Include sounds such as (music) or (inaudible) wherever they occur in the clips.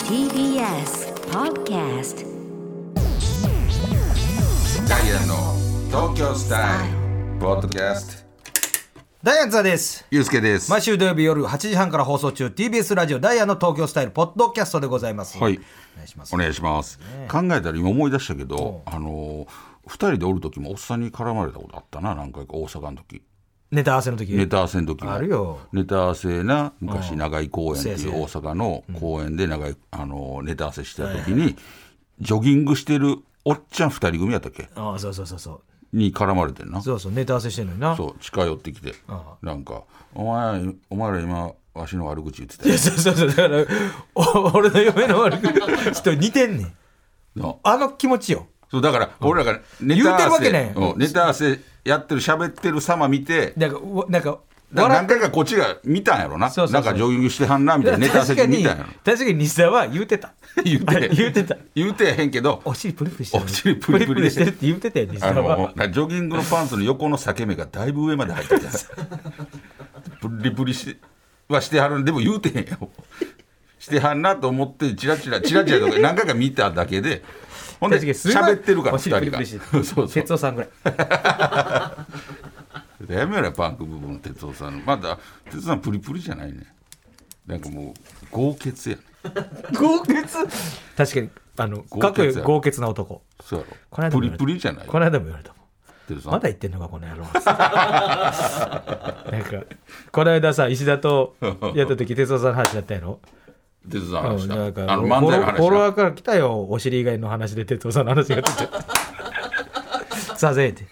TBS Podcast ダイアンの東京スタイルポッドキャストダイアンツアです。ゆうすけです、毎週土曜日夜8時半から放送中、TBS ラジオダイアンの東京スタイルポッドキャストでございます。はいお願いしますお。願いします、考えたら今思い出したけどあのー二人でおる時もおっさんに絡まれたことあったな何回か大阪の時ネタ合わせの時。ネタ合わせの時もあるよネタ合わせな昔長井公園ってせいやせうや大阪の公園で長井、あのーネタ合わせしてた時にジョギングしてるおっちゃん二人組やったっけああ、そうそうそうそう。に絡まれてんなそうそう、ネタ合わせしてんのにな。そう近寄ってきてなんか「お前らお前ら今わしの悪口言ってたいよや (laughs) そうそうそう。だから、お俺の嫁の悪口と似てんねん。なあの気持ちよ。そうだから俺らがネタ合わせ言うてるわけねうんネタ合わせやってる喋ってる様見てなんか、わなんだか、から笑何回かこっちが見たんやろなそうそうそうなんかジョギングしてはんなみたいなネタ合わせ確かで見に、たんやろ確かに西田は言うてた。 (laughs) 言うて (laughs) 言うてた。言うてへんけどお尻プリプリしてる。お尻プリプリでしてるって言うてたよ、西あ田はの。ジョギングのパンツの横の裂け目がだいぶ上まで入ってた (laughs) プリプリしてはしてはるでも言うてへんよしてはんなと思ってチラチラチラチラとか何回か見ただけでほんで確かにすごい喋ってるからお二尻プ人リプがリして (laughs) るそうそう哲夫さんぐらい。やめろよパンク部分哲夫さんのまだ哲夫さんプリプリじゃないねなんかもう豪傑やね豪傑確かにあの豪傑かっこいいや豪傑な男そうやこのろ間プリも言われたプリじゃないこの間も言われたもん哲夫さんまだ言ってんのかこの野郎なんかこの間さ石田とやった時哲夫さんの話だったやろ哲夫さんの話うしんたなんかあの漫才の話フォロしワーから来たよお尻以外の話で哲夫さんの話がつってすいませんって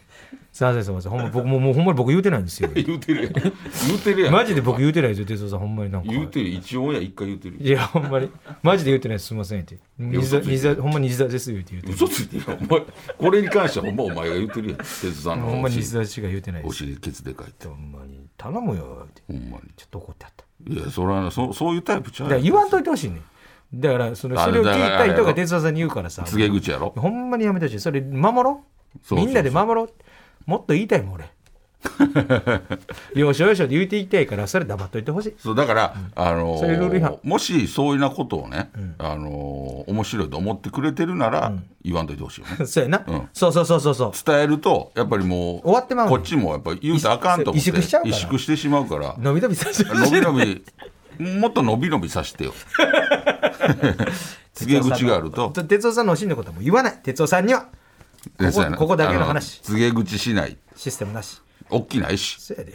すいませんすいませんほんま僕もうもうほんまに僕言うてないんですよた言うてるやん言うてるやんマジで僕言うてないですよ哲夫さんほんまになんか言うてる一応や一回言うてるいやほんまにマジで言うてないですすいませんって西嘘田ついてる西田ほんまに西田です言うて言うて嘘ついてるよお前これに関してはほんまお前が言うてるやん哲夫さんほんのまおに尻西田氏が言うてないでおす。尻ケツでかいってほんまに頼むよって。ほんまちょっと怒ってあった。にいやそれはそそういうタイプちゃだうやんから言わんといてほしいね。だからそのあそれを聞だかいらあたれやろ人が哲夫さんに言うからさ。告げ口やろほんまにやめてほしい。それ守ろう。そうそうそうみんなで守ろう。もっと言いたいも (laughs) ん俺。要所要所で言うていきたいからそれ黙っといてほしい。そうだから、あのそういうルール違反もしそういうなことをね、あの面白いと思ってくれてるなら、言わんといてほしいよねそうやなうん。そうそうそうそうそう。伝えるとやっぱりもう終わってまうねこっちもやっぱり言うとあかんと思って萎縮しちゃうから萎縮してしまう (laughs) から伸び伸びさせてほ伸しびい。伸びもっと伸び伸びさせ (laughs) てよ告げ口があると哲夫さんのおしんのことはもう言わない。哲夫さんにはこそうやなここだけのあ話告げ口しないシステムなし。大きないしそ (laughs) やで。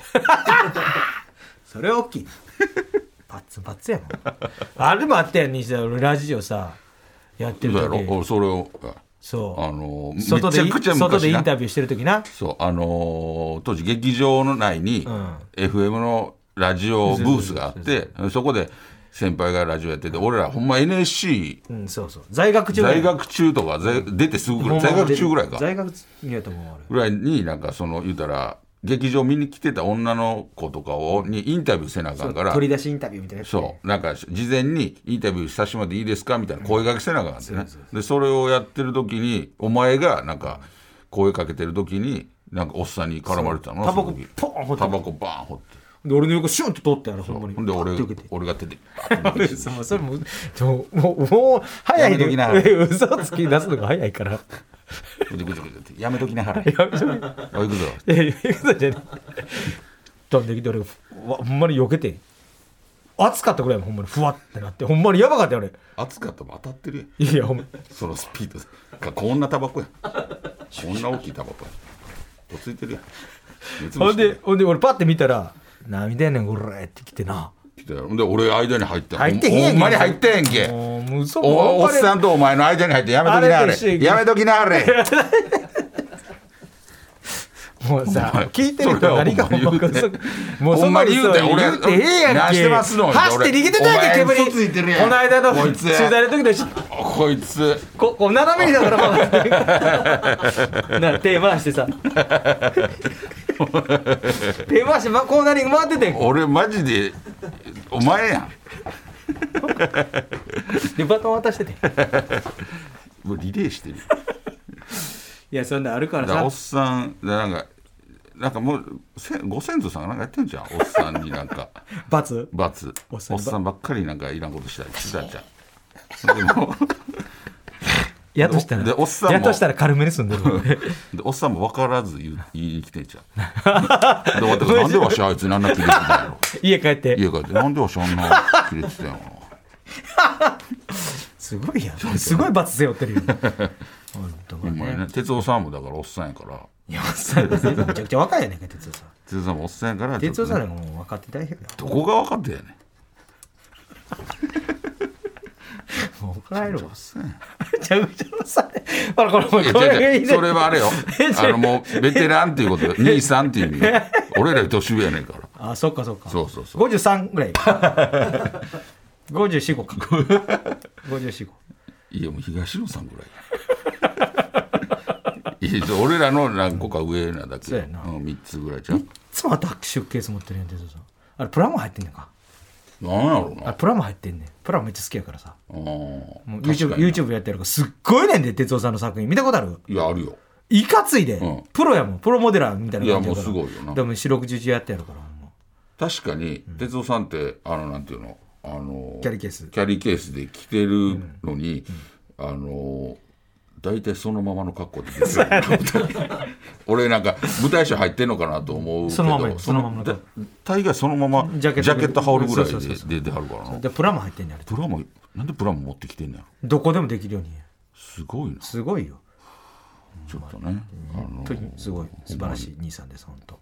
それは大きい。パッツンパッツンやもん。あれもあったやん、西田。俺ラジオさ、やってそるうやろ時俺それをそう。あのめちゃ外でくちゃ昔な外でインタビューしてる時な。そうあのー当時劇場の内に、ん FM のラジオブースがあってそこで先輩がラジオやってて俺らほんま NSC うん、そうそう。在学中ぐらい在学中とかぜ出てすぐぐらい在学中ぐらいか在学中やと思う、ぐらいになんかその言うたら劇場見に来てた女の子とかをにインタビューせなあかんか俺。ら取り出しインタビューみたいなやつそうなんか事前にインタビューさせてもらっていいですかみたいな声かけせなあかんってねでそれをやってる時にお前がなんか声かけてる時になんかおっさんに絡まれてたのタバコその時ポーン掘ってタバコバーン掘って。で俺の横シュンと通ってやるほんまにほんで俺パッて受けて俺が手で (laughs) そうそれももうもうもう早いやめときな嘘つき出すのが早いからぐちぐちぐちってやめときなはれやめとけおい行くぞいやいや、嘘じゃねえ。飛んできて俺がふわほんまに避けて。暑かったぐらいもほんまにふわってなって、ほんまにやばかったよ俺。熱かったもん当たってるやんいや、ほんま。そのスピードでこんなタバコやこんな大きいタバコやとついてるやん目つぶほんしてで、ほんで俺パッて見たら、涙やねん、ぐらいってきてな。来たやろほんで俺間に入って入ってへんやんけ。ほんまに入ってへんけもうもう (laughs) 嘘おおっさん。んとお前の間に入ってやめときなはあれと一緒れややめときなは (laughs) れもうさお前、聞いてる人何かそれはほんまに言うて嘘ほんまに言うてもうその嘘言俺ってええやんけ。何してますの走って逃げてたやんけ、俺煙。嘘ついてるやんこの間のこい取つ材の時のしこいつここう斜めにだから (laughs) もうな手回してさ手回して、ま、コーナリング回っててん俺マジでお前やんでバトン渡しててんもうリレーしてるいやそんなんあるからだからおさっさんでなんかなんかもうせご先祖さんがなんかやってんじゃんお (laughs) っさんになんか罰罰おおっっさんに罰さんばっかりなんかいらんことしたりしてたじゃんでもやとしたらでおっさんもやとしたら軽め (laughs) に住んでるでおっさんも分からず言う言いに来てんじ (laughs) ゃんで終わってからなんでわしあいつにあんな切れてたんやろ家帰って家帰ってなんでわしあんな切れてたんやろなすごいやんすごい罰背負 (laughs) ってるよ本当ほんまにね哲夫さんもだからおっさんやからいやおっさんですねめちゃくちゃ若いやねんか哲夫さん哲夫さんもおっさんやからちょっ哲と夫ねさんでももう若手代表やどこが分かってんやねんもう怒られるわおっさんやめちゃくちゃおっさんほらこれもういやこれが違う違ういいねそれはあれよ (laughs) え違うあのもうベテランっていうことで兄さんっていう意味よ俺らより年上やねんからあそっかそっかそうそうそう53ぐらい (laughs) 545か545いやもう東野さんぐ (laughs) らいいや俺らの何個か上なだけそうやなうん、3つぐらいじゃんいつもあと握手ケース持ってるやん哲夫さんあれプラモ入ってんねんかなんやろうあれなプラモ入ってんねんプラモめっちゃ好きやからさももう YouTube, YouTube やってるからすっごいねんで哲夫さんの作品見たことあるいやあるよいかついで、うんプロやもんプロモデラーみたいな感じからいやもうすごいよなでも四六時中やってやるからほんま確かに哲夫さんってあのなんていうのあのキャリーケースキャリーケースで着てるのに、あの大体そのままの格好で出てる (laughs) 俺なんか舞台衣装入ってんのかなと思うけどそのままよそのままのだ大概そのままジジャャケケットット羽織るぐらそうそうそういそうで出てはるからなでプラモ入ってんねんあれプラもなんでプラも持ってきてんねやろどこでもできるようにすごいなすごいよちょっとねあのとにすごい素晴らしい兄さんです本当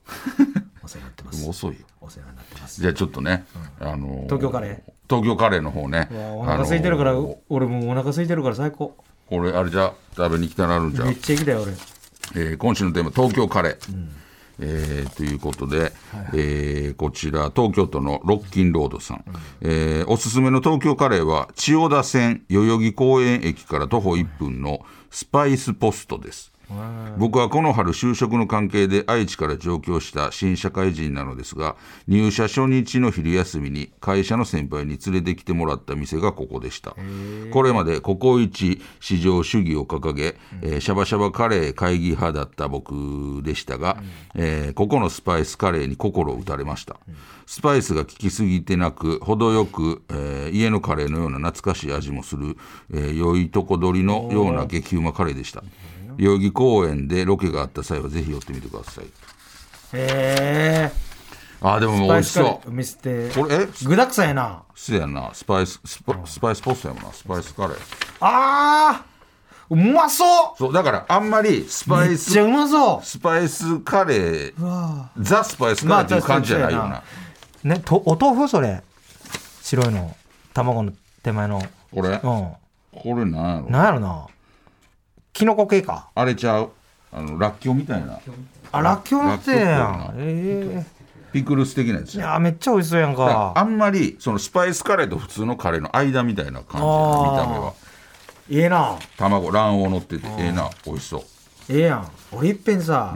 お世話になってまですも遅いよお世話になってますじゃあちょっとね、あの東京カレー東京カレーの方ねうわお腹空いてるからあの俺もうお腹空いてるから最高俺あれじゃあ食べに来たなるんじゃんめっちゃ行きたい俺えー今週のテーマ「東京カレー」えーということで、えーこちら東京都のロッキンロードさん、えーおすすめの東京カレーは千代田線代々木公園駅から徒歩1分のスパイスポストです僕はこの春就職の関係で愛知から上京した新社会人なのですが入社初日の昼休みに会社の先輩に連れてきてもらった店がここでしたこれまでココイチ市場主義を掲げ、えーシャバシャバカレー会議派だった僕でしたが、えーここのスパイスカレーに心を打たれました、スパイスが効きすぎてなく程よく、えー家のカレーのような懐かしい味もする、えー良いとこ取りのような激うまカレーでした代々木公園でロケがあった際はぜひ寄ってみてくださいへえあーでもス美パイ味しスカレそーう見せてこれえ具だくさんやなそうやなスパイススパスパイスポストやもんなスパイスカレーあーうまそうそうだからあんまりスパめっイちゃスうまそうスパイスカレーザスパイスカレーっていう感じじゃないようなねとお豆腐それ白いの卵の手前のこれこれなんやろなんやろなキノコ系かあれちゃうあのラッキョウみたいなあらっきょうのってらやんっきょうっぽいなえピクルス的なやつえいややめっちゃ美味しそうやんだからあかんまりそのスパイスカレーと普通のカレーの間みたいな感じやあーな見た目はええな卵卵黄乗っててええな美味しそうええやん俺いっぺんさ、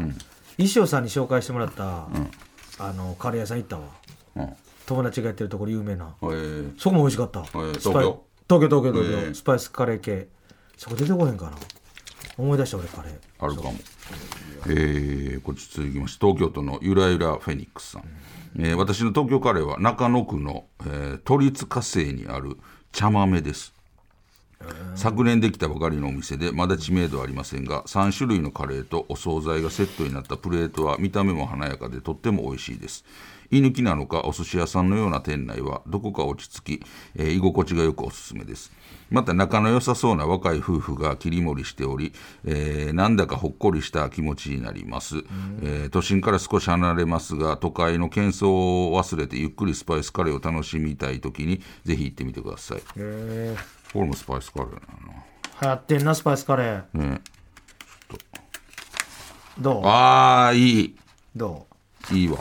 衣装さんに紹介してもらった、あのカレー屋さん行ったわうんへ友達がやってるところ有名なえそこも美味しかった、ース東パイ東京東京東京、ええスパイスカレー系そこ出てこへんかな思い出した俺カレーあるかも。えーこっち続きまして東京都のゆらゆらフェニックスさん、えー私の東京カレーは中野区の、えー都立火星にある茶豆です昨年できたばかりのお店でまだ知名度はありませんが3種類のカレーとお惣菜がセットになったプレートは見た目も華やかでとっても美味しいです居抜きなのかお寿司屋さんのような店内はどこか落ち着き、えー居心地がよくおすすめですまた仲の良さそうな若い夫婦が切り盛りしており、えーなんだかほっこりした気持ちになります、えー都心から少し離れますが都会の喧騒を忘れてゆっくりスパイスカレーを楽しみたい時にぜひ行ってみてくださいへえこれもスパイスカレーなの流行ってんなスパイスカレーねどうああいいどういいわ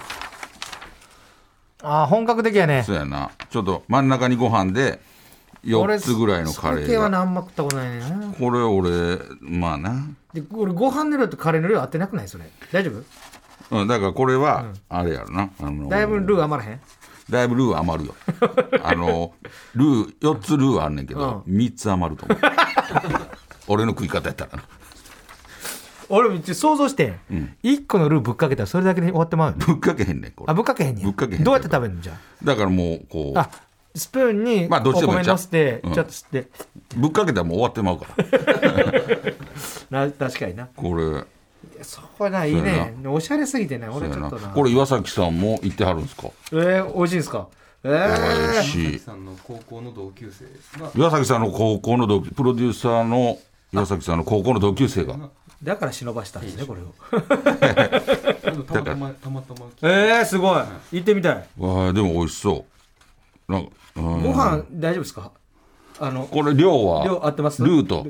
あー本格的やねそうやなちょっと真ん中にご飯で4つぐらいのカレ俺それ系はーがなあんま食ったことないねんなこれ俺まあな、で俺ご飯の量とカレーの量合ってなくないそれ大丈夫うん、だからこれはあれやろな、あのだいぶルー余らへんだいぶルー余 (laughs) るよあのルー4つルーあんねんけど、3つ余ると思 (laughs) う俺の食い方やったらな俺めっちゃ想像して、一1個のルーぶっかけたらそれだけで終わってまうよねぶっかけへんねんこあれぶっかけへんねやぶっかけへんどうやって食べるのじゃあだからもうこうあスプーンにまあおどっちでもい米いじゃんのせて、うんちょっと吸って、ぶっかけたらもう終わってまうから。な確かにな (laughs) これ、そこないいねおしゃれすぎてね俺ちそうょやっとななこれ岩崎さんも行ってはるんですか。えー、美味しいんですかえ美味ー、しい。さんの高校の同級生が岩崎さんの高校の同級プロデューサーの岩崎さんの高校の同級生がだから忍ばしたんですねこれをたまたまたまたま来てえー、すごい行ってみたいわあでも美味しそうなんかうんご飯大丈夫ですかあのこれ量は量合ってますルート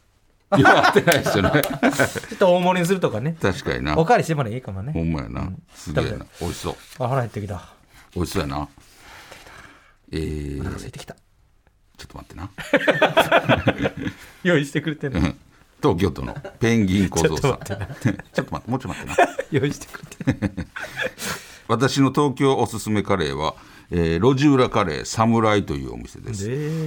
(laughs) 量合ってないですよ (laughs) ねちょっと大盛りにするとかね確かになおかわりしてもらえばいいかもねほんまやなすげえな美味しそうあ腹減ってきた美味しそうやなえー、空いてきたちょっと待ってな (laughs) 用意してくれてるうん東京都のペンギン小僧さんちちょっと待 (laughs) ってもうちょっと待ってな用意してくれてる私の東京おすすめカレーは、えー路地裏カレーサムライというお店ですでえ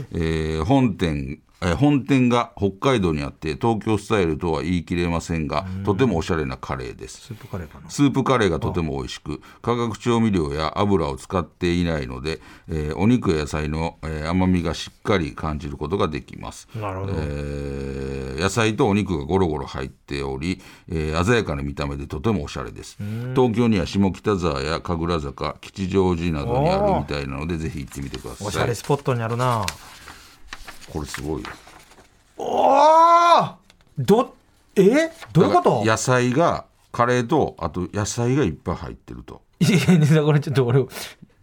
ー本店えー本店が北海道にあって東京スタイルとは言い切れませんがとてもおしゃれなカレーですスープカレーかなスープカレーがとても美味しく化学調味料や油を使っていないので、えーお肉や野菜の、えー甘みがしっかり感じることができますなるほどえー野菜とお肉がゴロゴロ入っており、えー鮮やかな見た目でとてもおしゃれです東京には下北沢や神楽坂吉祥寺などにあるみたいなのでぜひ行ってみてくださいおしゃれスポットにあるなこれすごいよおおどえどういうこといや野菜がカレーとあと野菜がいっぱい入ってるといやこれちょっと俺、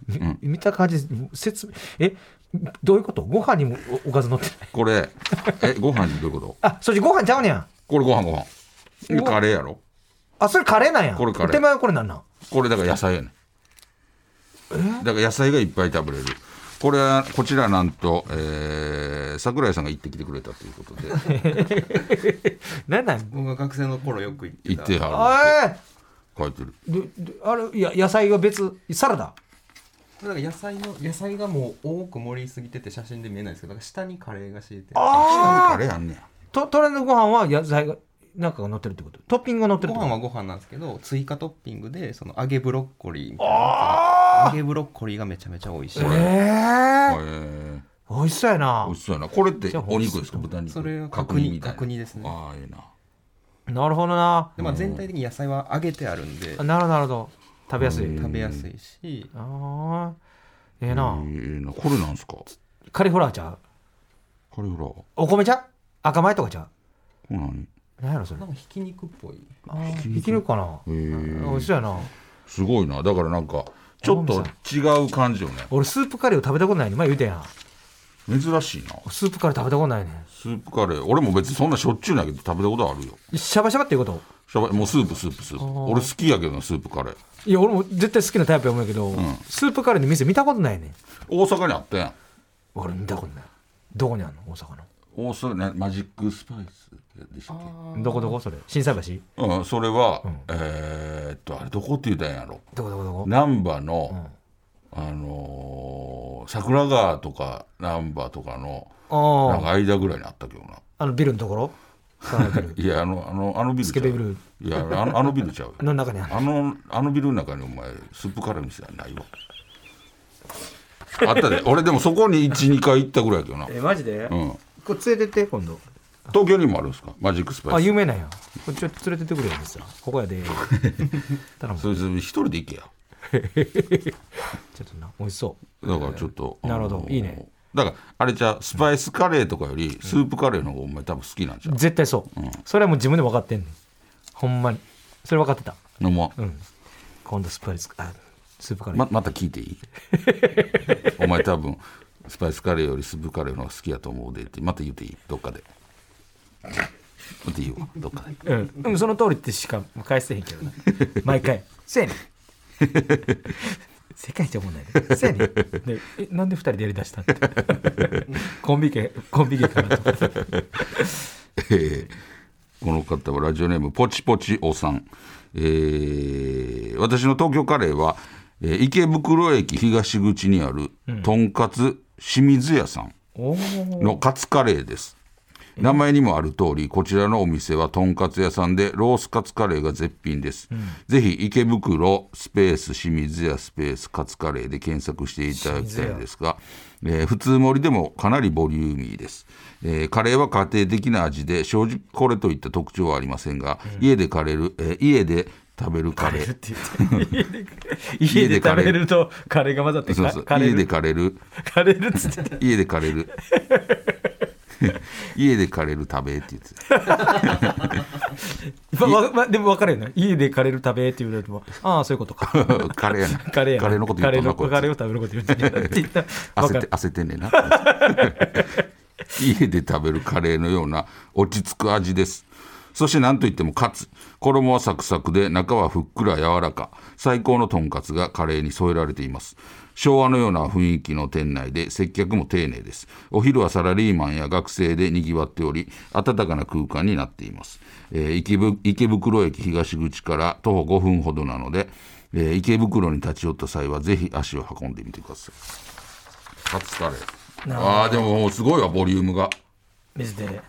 み見た感じ説明えどういうことご飯にもおおかず乗ってないこれえ (laughs) ご飯にどういうことあそれご飯ちゃうねやこれご飯ご飯うわでカレーやろあそれカレーなんやこれカレーお手前はこれなんなんこれだから野菜やねんだから野菜がいっぱい食べれるこれはこちらなんと、えー、桜井さんが行ってきてくれたということで (laughs) なんなん僕が学生の頃よく行って行たってはるあ書いてるえーどどあれいや野菜は別サラダなんか野菜の野菜がもう多く盛りすぎてて写真で見えないんですけどなんか下にカレーが敷いて下にあカレーあんねやとトレンドご飯は野菜がなんかが乗ってるってことトッピングが乗ってるごって飯こはご飯なんですけど追加トッピングでその揚げブロッコリーみたいな揚げブロッコリーがめちゃめちゃ美味しいとえええ美味しそうやな美味しそうやなこれってじゃあお肉ですか豚肉それは角煮みたいな角煮ですねああいいななるほどなで、まあ、全体的に野菜は揚げてあるんであなるほどなるほど食べやすい食べやすいしああええなえー、なこれなんすかカリフラワーちゃうカリフラワーこお米ちゃう赤米とかちゃれ何う何やろそれなんかひき肉っぽいあーいけるかなえー美味しそうやなすごいなだからなんかちょっと違う感じよね俺スープカレーを食べたことないね前言うてんやん珍しいなスープカレー食べたことないねスープカレー俺も別にそんなしょっちゅうないけど食べたことあるよシャバシャバっていうことしゃばもうスープスープスープ俺好きやけどなスープカレーいや俺も絶対好きなタイプや思うけど、スープカレーの店見たことないね大阪にあったやん俺見たことないどこにあんの大阪大阪ねマジックスパイスでしたっのどこどこそれ心斎橋けうんそれは、えー、っとあれどこって言うたんやろどこどこどこ難波の、あのー桜川とか難波とかのあなんか間ぐらいにあったけどなああのビルのところサ (laughs) ラダビルいやあのあのあのビルちゃうスケベビルいやあのあのビルちゃうよの中にあるあの、あのビルの中にお前、スープカレー店はないわ。あったで、 (laughs) 俺でもそこに1、2回行ったぐらいやけどな。えマジで、うん。これ連れてって今度東京にもあるんですかマジックスパあイス。有名なんやこれちょっと連れてってくれよさここや (laughs) で頼むそれそれ一人で行けや。ちょっとな美味しそうだからちょっと。なるほどあのいいね。だから、あれじゃうスパイスカレーとかより、スープカレーの方がお前多分好きなんじゃう絶対そう、それはもう自分で分かってんねんほんまにそれ分かってた飲もううん今度スパイスあスープカレー、ま、また聞い (laughs) ていいお前多分、スパイスカレーよりスープカレーの方が好きやと思うでって、また言うていいどっかで。また言うわ、どっかで。うん、うん、その通りってしか返せへんけど (laughs) な毎回せやねん世界一おもんないねせやねんでえなんで二人でやりだしたんって (laughs) コンビ芸コンビ芸かなとえー (laughs) この方はラジオネームポチポチおさん、えー私の東京カレーは、えー池袋駅東口にあるとんかつ清水屋さんおーのカツカレーです名前にもある通りこちらのお店はとんかつ屋さんでロースカツカレーが絶品です、ぜひ池袋スペース清水屋スペースカツカレーで検索していただきたいんですがえー普通盛りでもかなりボリューミーです、えーカレーは家庭的な味で正直これといった特徴はありませんが、家でカレー、えー家で食べるカレーって言って家で家で食べるとカレーが混ざってそうそうカレ家でーカレーカレーっつっ (laughs) てた家でカレー家でカレー食べって言ってたまわまでも分かるよね家でカレー食べって言うのもああそういうことか (laughs) カレーやなカレーやなのこと言っとんなこいつカレーを食べること言って (laughs) たって言ったら分焦かってる焦ってんねんな (laughs) 家で食べるカレーのような落ち着く味ですそして何といってもカツ衣はサクサクで中はふっくら柔らか最高のとんかつがカレーに添えられています昭和のような雰囲気の店内で接客も丁寧ですお昼はサラリーマンや学生でにぎわっており暖かな空間になっています、えー池ぶ池袋駅東口から徒歩5分ほどなので、えー池袋に立ち寄った際はぜひ足を運んでみてくださいカツカレーああーでももうすごいわボリュームが水で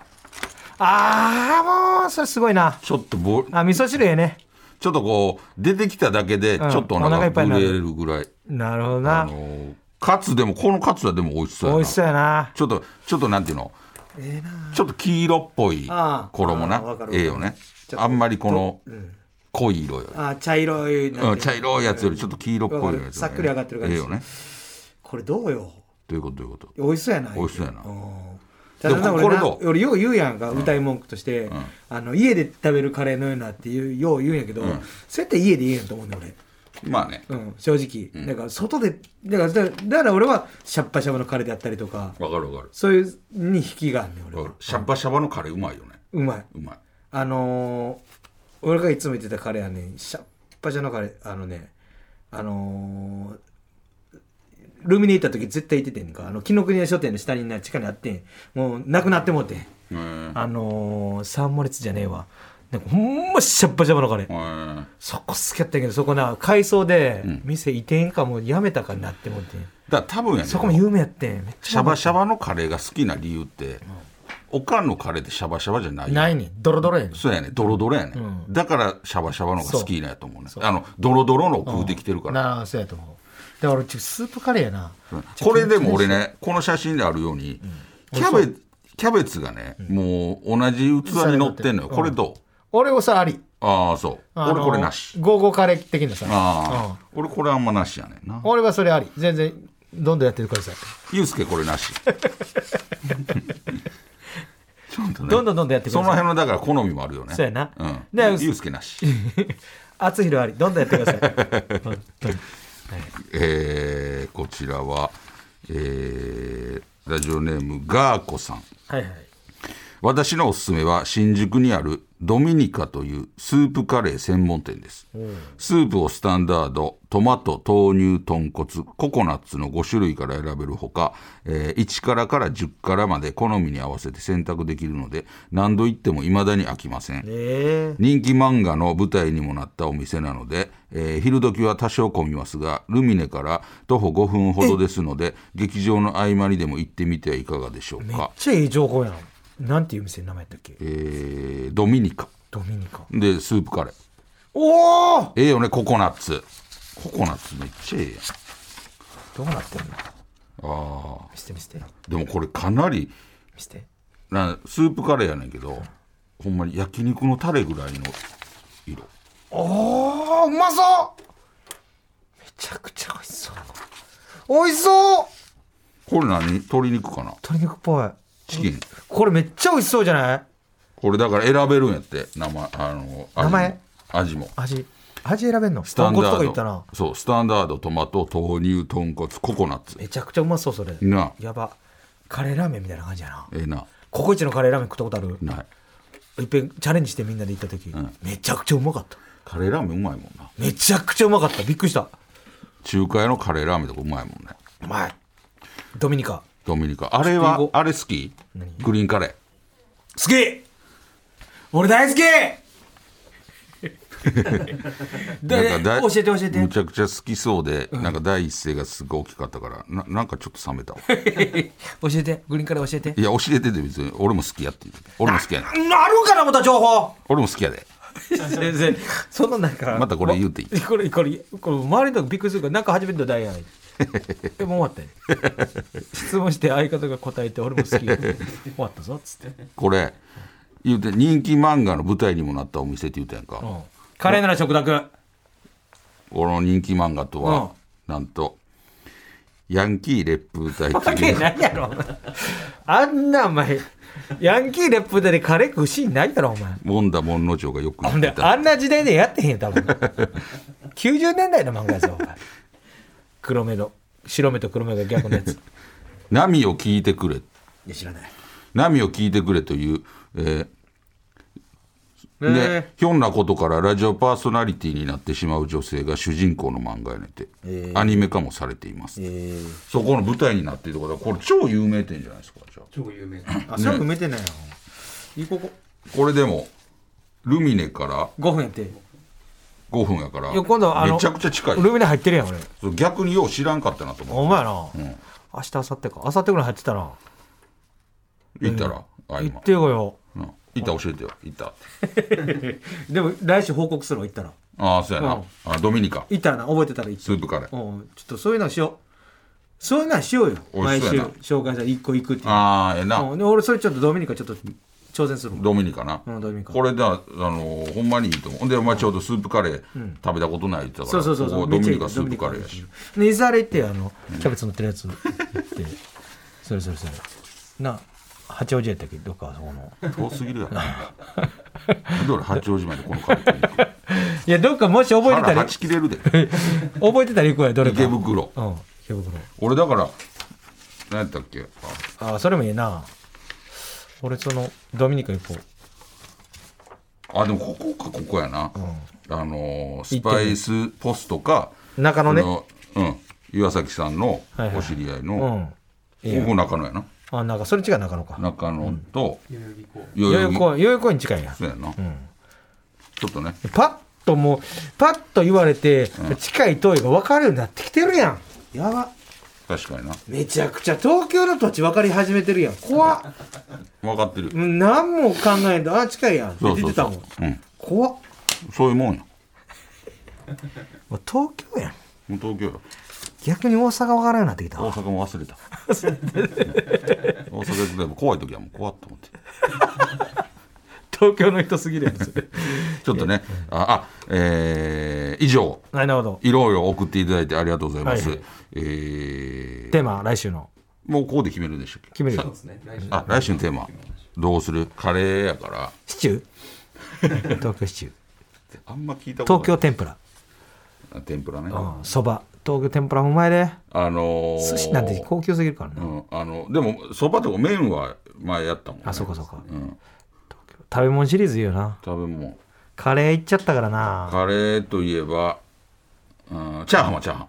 ああもうそれすごいなちょっとボあ味噌汁ええねちょっとこう出てきただけでちんょっとおお腹い腹っぱいに震なえるるぐらい、なるほどあなのーカツでもこのカツはでも美味しそう美やな味しそうやなちょっとちょっとなんていうのちょっと黄色っぽいあー衣なあーわかるええよねあんまりこの濃い色よりあー茶色いなうんん、て茶色いやつよりちょっと黄色っぽいやつの方がいいわかねるさっくり上がってる感じええよねこれどうよということということ美味しそうやな美味しそうやなただでなも俺これなどう俺よう言うやんか、歌い文句として、あの家で食べるカレーのようなっていうよう言うんやけど、そうやって家でいいやんと思うね俺まあねうん、正直、だから外でだからだからだから俺はシャッパシャバのカレーであったりとかわかるわかそういうに引きがあるねんる俺わかはるシャバシャバのカレーうまいよねうまいうまいあのー俺がいつも言ってたカレーはねシャッパシャのカレーあのねあのールミネ行った時絶対行っててんかあの紀ノ国屋書店の下にな地下にあってんもうなくなってもうてんへえあのー、サンモレツじゃねえわなんかほんまシャッパシャバのカレーへえそこ好きやったんやけどそこな改装で店移転かもうやめたかになってもうて、だから多分やねそこも有名やってんめっちシャバシャバのカレーが好きな理由って、おかんのカレーってシャバシャバじゃないゃよないねんドロドロやねんそうやねドロドロやね、だからシャバシャバのが好きなんやと思うねあのドロドロのを食うてきてるから、なあそうやと思うだから俺ちょスープカレーやな、うんこれでも俺ねこの写真であるように、キャベキャベツがね、もう同じ器に乗ってんのよこれどう、俺をさありああそうあ俺のこれなしゴーゴーカレー的なさああ、俺これあんまなしやねんなうん俺はそれあり全然どんどんやっててくださいゆうすけこれなしちょっとねどんどんどんどんやってくそださいの辺のだから好みもあるよねそうやなうん、でゆうすけなし (laughs) 厚弘ありどんどんやってくださ (laughs) い本当にえーこちらは、えーラジオネームガーコさんはいはい私のおすすめは新宿にあるドミニカというスープカレー専門店ですスープをスタンダードトマト豆乳豚骨ココナッツの5種類から選べるほか、えー1辛から10辛まで好みに合わせて選択できるので何度行っても未だに飽きませんえ人気漫画の舞台にもなったお店なので、えー昼時は多少混みますがルミネから徒歩5分ほどですので劇場の合間にでも行ってみてはいかがでしょうめっか、ちゃいい情報やんなんていう店の名前やったっけえードミニカドミニカでスープカレーおおええよねココナッツココナッツめっちゃええやんどうなってんのあ見せて見せて見ーでもこれかなりせてなスープカレーやねんけどほんまに焼肉のタレぐらいの色おーうまそうめちゃくちゃ美味しそう美味しそうこれ何鶏肉かな鶏肉っぽいチキンこれめっちゃ美味しそうじゃないこれだから選べるんやって名前あの味も名前味も味味選べんのスタンダ豚骨とかー言ドったなそうスタンダードトマト豆乳豚骨ココナッツめちゃくちゃうまそうそれなあやばカレーラーメンみたいな感じやなええなココイチのカレーラーメン食ったことあるないいっぺんチャレンジしてみんなで行った時、んめちゃくちゃうまかったカレーラーメンうまいもんなめちゃくちゃうまかったびっくりした中華屋のカレーラーメンとかうまいもんねうまいドミニカドミニカあれはちょっとあれ好きグリーンカレー好き俺 (laughs) 大好きなでんかだい教えて教えてむちゃくちゃ好きそうで、なんか第一声がすごい大きかったからななんかちょっと冷めたわい (laughs) 教えてグリーンカレー教えてや教えてて別に俺も好きやって言うて俺も好きやねあるかなまた (laughs) 情報俺も好きやで先生そのなんかまたこれ言うていいまこれこれこれ周りの人がびっくりするからなんか初めてのダイヤえもう終わったよ (laughs) 質問して相方が答えて俺も好きよ終わったぞっつって、これ言うて人気漫画の舞台にもなったお店って言うたやんか、うん、カレーなら食卓この人気漫画とは、なんとヤンキー烈風隊わといけうないやろお前あんなお前ヤンキーレップでカレー食うシーンないだろお前もんだもんの城がよくほ言んっでてたあんな時代でやってへんよ多分90年代の漫画やぞお前黒目と白目と黒目が逆 (laughs) のやつ「波を聞いてくれ」いや知らない「波を聞いてくれ」という、えーでひょんなことからラジオパーソナリティになってしまう女性が主人公の漫画やねて、アニメ化もされています、そこの舞台になっているところこれ超有名店じゃないですかじゃあ超有名あそれ埋めてないよいいこここれでもルミネから5分やって5分やからいや今度あのめちゃくちゃ近いルミネ入ってるやん俺そう逆によう知らんかったなと思おっ前な、ん明日明後日か明後日ぐらい入ってたなて行ったらあ行今ってよようん行った教えてよ行ったでも来週報告するわ行ったらああそうやうなんあドミニカ行ったらな覚えてたら行ってスープカレーうんちょっとそういうのしようそういうのはしようよ美毎味しそう週やな紹介したら1個行くっていうああええなうんで俺それちょっとドミニカちょっと挑戦するもんドミニカなうんドミニカこれだあのほんまにいいと思うほんでお前ちょうどスープカレー食べたことないって言っそてたうかそらうそうそこうこドミめっちゃニカいいスープカレーやしで居酒屋行ってあのキャベツ乗ってるやつ行って (laughs) それそれそれな八王子やったっけどっかあそこの遠すぎるやろなんで俺八王子までこのカレー食いに行くいやどっかもし覚えてた腹らは覚ち切れるでえてたら行こうやどれか池袋うん池袋俺だから何やったっけあああそれもいいな俺そのドミニカ行こうあでもここかここやな、あのースパイスポストか中野ねそうん、岩崎さんのお知り合いの、うんいいこよこ中野やなあなんかそれ違う中野か中野と代々木公園代代々々木木公園代々木公園近いやんそうやな、ちょっとねパッともうパッと言われて、近い遠いが分かるようになってきてるやんやば確かになめちゃくちゃ東京の土地分かり始めてるやん怖っ分かってるうん何も考えんとあ近いやんってそ言うっそうてたそもんう、うん、怖っそういうもんやもう東京やんもう東京や逆に大阪分からんようになってきた大わ阪も忘れた大阪行くとやっぱ怖い時はもう怖っと思って東京の人すぎるやんそれちょっとねああえー、以上 (laughs) なるほどいろいろ送っていただいてありがとうございます。はいえーテーマ来週のもうここで決めるんでしたっけ決めるそうよですね来週あ、来週のテーマ。どうするカレーやから。シチュ (laughs) ー東京シチューあんま聞いたこと東な京い。天ぷら京。天ぷらね。うんそば東京天ぷらもうまいであのー、寿司なんて高級すぎるからうな、ん、あの、でも、そばとか麺は前やったもん、ね。あそうかそうかうん。食べ物シリーズいいよな食べ物。カレー行っちゃったからなカレーといえば、うん、チャーハンはチャーハン。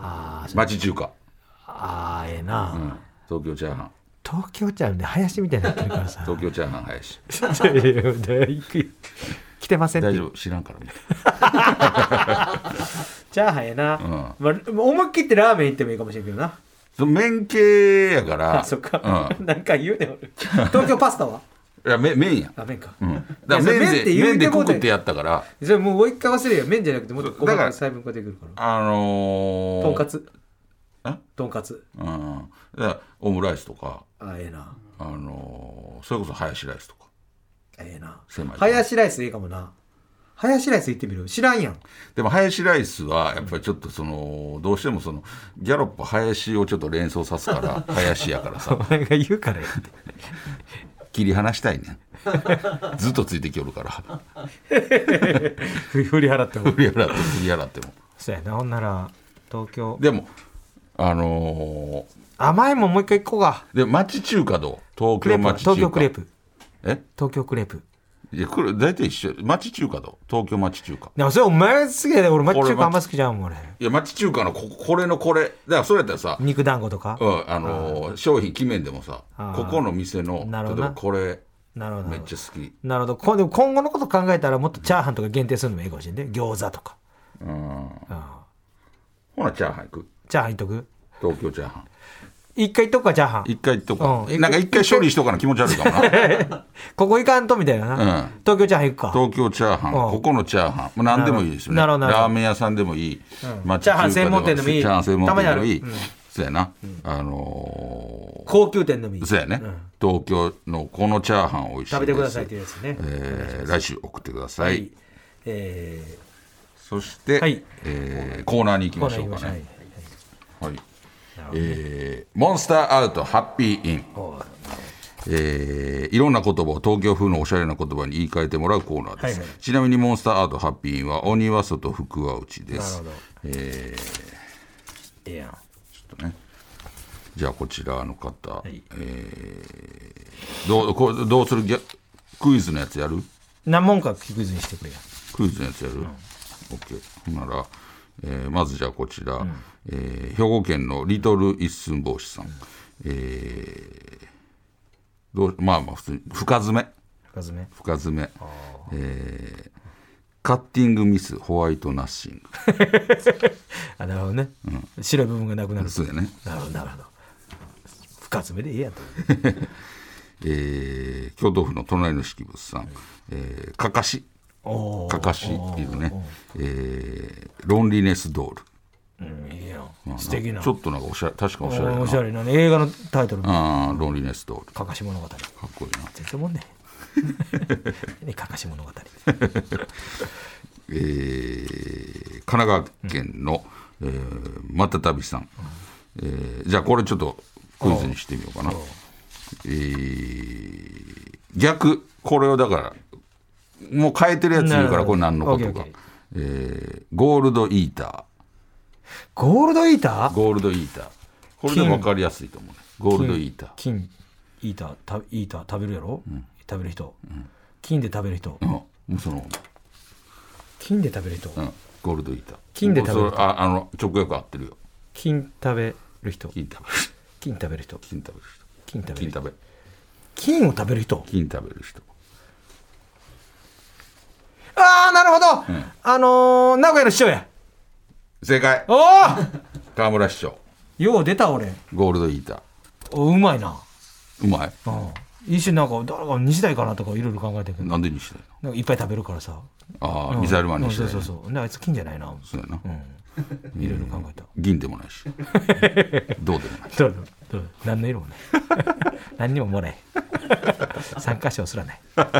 あー町中華。あーええな、うん。東京チャーハン。東京ちゃんで林みたいになってるからさ東京チャーハン林。来てませんっ大て丈夫、知らんからね。チャーハンやな、まあ、思いっきってラーメン行ってもいいかもしれんけどなその麺系やから。あ (laughs) そっうんか、。なんか言うね (laughs) 俺東京パスタはいや、め麺や。ラーメンか、うん。だから麺いやそれ麺ってで、言麺うでてもくうてくってやったから、それもう一回忘れるよ麺じゃなくてもっとそう細だかからい細分化できるからあのー、とんかつあとんかつうん。だからオムライスとか、あええなあのー、それこそハヤシライスとか。ええな狭いハヤシライスいいかもなハヤシライス行ってみる知らんやんでも、ハヤシライスは、やっぱりちょっとその、どうしてもその、ギャロップ林をちょっと連想さす (laughs) から、林やからおさ、前が言うからやって切り離したいねん。 (laughs) ずっとついてきよるから。 (laughs) 振り払って (laughs) も (laughs) 振り払っても、振り払っても。そうやなほんなら東京でも、あの甘いもんもう一回行こうかー、で、町中華どう東クレ京ープは町中華。東京クレープえ東京クレープいや、これ大体一緒。町中華どう東京町中華。でもそれお前が好きやで俺町中俺華あんま好きじゃんもん俺いや、町中華のここれのこれ。だから、それやったらさ、肉団子とかうん、あのー商品決めんでもさあーここの店のな例えるほどなばこれなるほどめなっるほちゃど好きなるほどこんでも今後のこと考えたらもっとチャーハンとか限定するのもいいかもしれんね餃子とかうんあほなチャーハン行くチャーハンいっとく東京チャーハン一回行っとくかチャーハン一回とか、うんなんか一回処理しとかな気持ち悪いかもなここ行かんとみたいなな、う (laughs) ん東京チャーハン行くか東京チャーハン、うんここのチャーハン、まあ、何でもいいですよねなるほどなるほどラーメン屋さんでもいい、町チャーハ中ン華専門店でもいいチャーハン専門店でもいいたまにあるそうやな、あの高級店でもいいー、そうやね、ん東京のこのチャーハン美味しいです食べてくださいっていうやつねえー来週送ってください、はいえそして、はいえーコーナーに行きー、コまーナしーょ行うかきましょう、はねはいいえーモンスターアウトハッピーインおうえーいろんな言葉を東京風のおしゃれな言葉に言い換えてもらうコーナーです、はいはいちなみにモンスターアートハッピーインは鬼は外福は内ですなるほどえええやんーちょっとねじゃあこちらの方、いえーどうこれどうするギャクイズのやつやる何問かクイズにしてくれやクイズのやつやる、オッケーほんなら、えーまずじゃあこちら、えー兵庫県のリトル一寸法師さん、えーどうまあまあ普通に深爪深爪深爪、えーカッティングミスホワイトナッシン (laughs) あなるほどね、白い部分がなくなグるそうやね、なるほどなるほど深爪でええやんとえー京都府の隣の式物さん、えーかかしおおかかしっていうね、えーロンリネスドールいいやん、まあ素敵なちょっとなんかおしゃれ確かおしゃれやなおしゃれなね映画のタイトルかあーロンリネスドールかかし物語っこいいな全然もんね (laughs) 何かかし物語えー神奈川県の、えーまたたびさん、えーじゃあこれちょっとクイズにしてみようかな、えー逆これをだからもう変えてるやついるかならるほどこれ何のこオとッケかーオッケー、えーゴールドイータゴールドイーターーゴールドイーターこれで分かりやすいと思うねゴールドイーター金イーターたイーター食べるやろ、食べる人、金で食べる人、うんもうその、金で食べる人、うん、ゴールドイーター金で食べるもうそれああの直訳合ってるよ金食べる人金食べる金食べる人金食べる人金食べる金人食べ金を食べる人金食べる人ああなるほど、うんあのー、名古屋の市長や正解おお河村市長よう出た俺ゴールドイータおうまいな、ーうまいうん、一瞬なんか誰か西代かなとかいろいろ考えてるけどなんでにしたいなんかいっぱい食べるからさのああ、うんミサイルマンにしたいうんのそうそうそうねあいつ金じゃないなそうやな、うんいろいろ考えた銀でもないし銅でもないどうぞどうぞ何の色もない何にももらえ参加賞すらない (laughs) なんか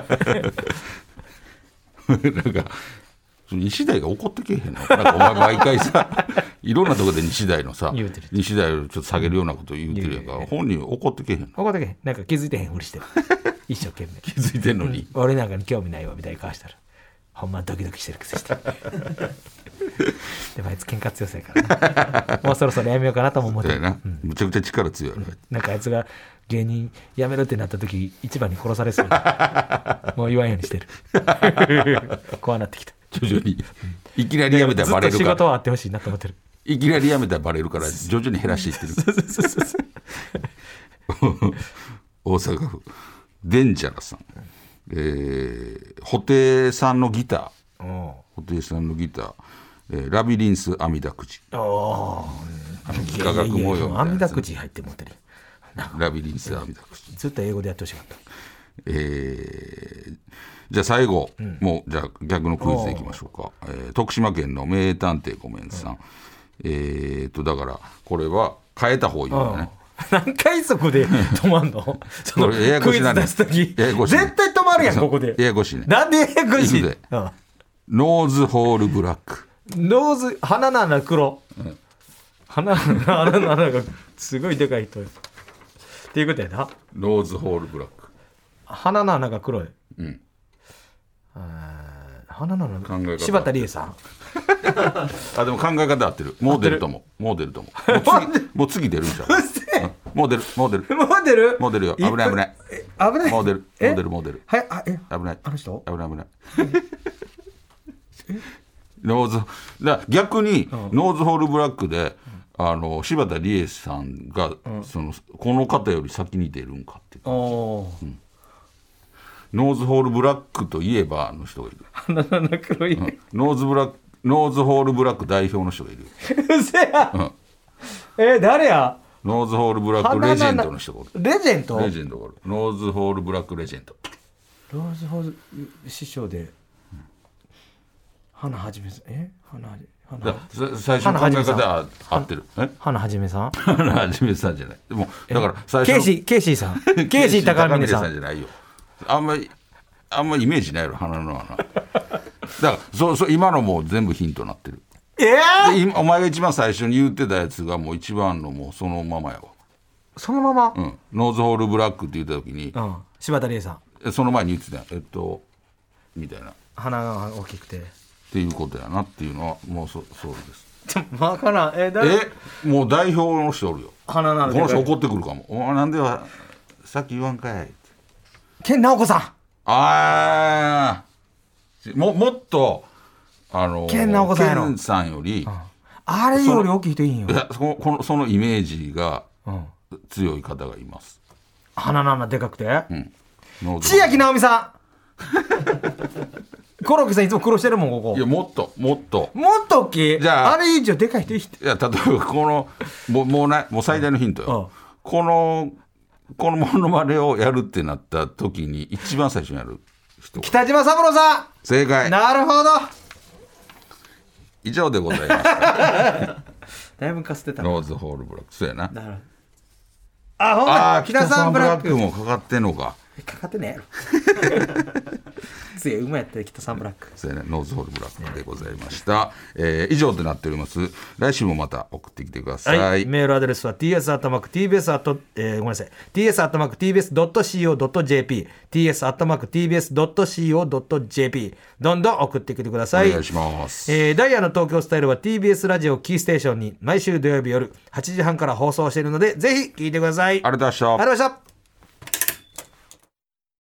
その西大が怒ってけえへんのなんかお前毎回さいろんなとこで西大のさ言うてる西大をちょっと下げるようなこと言うてるやんか言う本人怒ってけえへんの怒ってけなんか気づいてへんふりしてる一生懸命気づいてんのに、俺なんかに興味ないわみたいな顔したらほんまドキドキしてるくせしてでもあいつ喧嘩強そうやからなもうそろそろやめようかなとも思ってそうやるな、むちゃくちゃ力強いやろ、なんかあいつが芸人辞めるってなった時一番に殺されそうやもう言わんようにしてる怖なってきた徐々にいきなりやめたらバレずるっと仕か事らはあってほしいなと思ってるいきなりやめたらバレるから徐々に減らしていってる (laughs) 大阪府デンジャラさん、えー、布袋さんのギター布袋さんのギター、えーラビリンス網だくじあああの幾何学模様みたい網なやだつくじ入って持ってるラビリンス網だくじ、ずっと英語でやってほしかったえーじゃあ最後、もうじゃあ逆のクイズでいきましょうか、えー徳島県の名探偵ごめんさん、えーっとだからこれは変えた方がいいんだよね (laughs) 何回そこで止ま (laughs) んのそのこれややこクしイなズね出す時ややこしな絶対止まるやんここでややこしいねなんでややこしいいくでうんノーズホールブラック。ノーズ鼻の穴黒、鼻の穴の穴がすごいでかい人っていうことやなノーズホールブラック。鼻の穴が黒いうん。あー鼻の穴考えが方柴田理恵さんあ、でも考え方合ってる。もう出ると思う。もう出ると思 (laughs) う。もう次、もう次出るんちゃううっせえうんもう出る、もう出る。モデルもう出るよ。危ない危ない。え危ないもう出る、えもう出る、もう出る。はいあえ危ない。あの人危ない危ない。ノーズ、だから逆に、ノーズホールブラックで、あの、柴田理恵さんが、その、この方より先に出るんかって。おおーノーズホールブラックといえばの人がいる。鼻の穴黒い、ノーズブラック、ノーズホールブラック代表の人がいる。うせや、んえ誰やノーズホールブラックレジェンドの人がおるレジェンドレジェンドがおるノーズホールブラックレジェンドローズホーズ師匠で、花はじめさん、え花はじ花だはさ最初の考え花はじめさん方は合ってるえ花はじめさん花はじめさんじゃないでもだから最初ケイシー、ケイシーさん。ケイシー高峰さケイシー高ん。じゃないよあんまりあんまイメージないやろ花の穴だからそうそう今のもう全部ヒントになってるええで今お前が一番最初に言ってたやつがもう一番のもうそのままやわ、そのまま、ううんん、ノーズホールブラックって言った時に、柴田理恵さん。えその前に言ってたやんえっとみたいなっ鼻が大きくて。ていうことやなっていうのはもうそそうですちょっとわからん。え、誰えもう代表の人おるよこ花なのの人で。怒ってくるかも「お前なんではさっき言わんかい」ケンナオコさあーももっとあのケンナオコさんやろケンさんより、ん。あれより大きい人いいんよい。やそのこのそのイメージがうん。強い方がいます、鼻の穴でかくて。うん、ノーズ千秋直美 (laughs) さん。コロッケさんいつも苦労してるもん、ここいや。もっともっともっと大きいじゃああれ以上でかい人いい人いや例えばこのもうもうないもう最大のヒントよ、このこのモノマネをやるってなった時に一番最初にやる人北島三郎さ正ん解なるほど以上でございます (laughs) だいぶかすってたノーズホールブラックそうやななるほどあほんあまあや北さんブラックもかかってんのかかかってねえ (laughs) 強い馬やったよ北さんブラックそうやねノーズホールブラックでございました、えー以上となっております来週もまた送ってきてください、はい、メールアドレスは ts アットマーク tbs アット、えー、ごめんなさい ts アットマーク tbs ドット co ドット jp ts アットマーク tbs ドット co ドット jp どんどん送ってきてくださいお願いします、えーダイヤの東京スタイルは TBS ラジオをキーステーションに毎週土曜日夜8時半から放送しているのでぜひ聞いてくださいありがとうございましたありがとうございました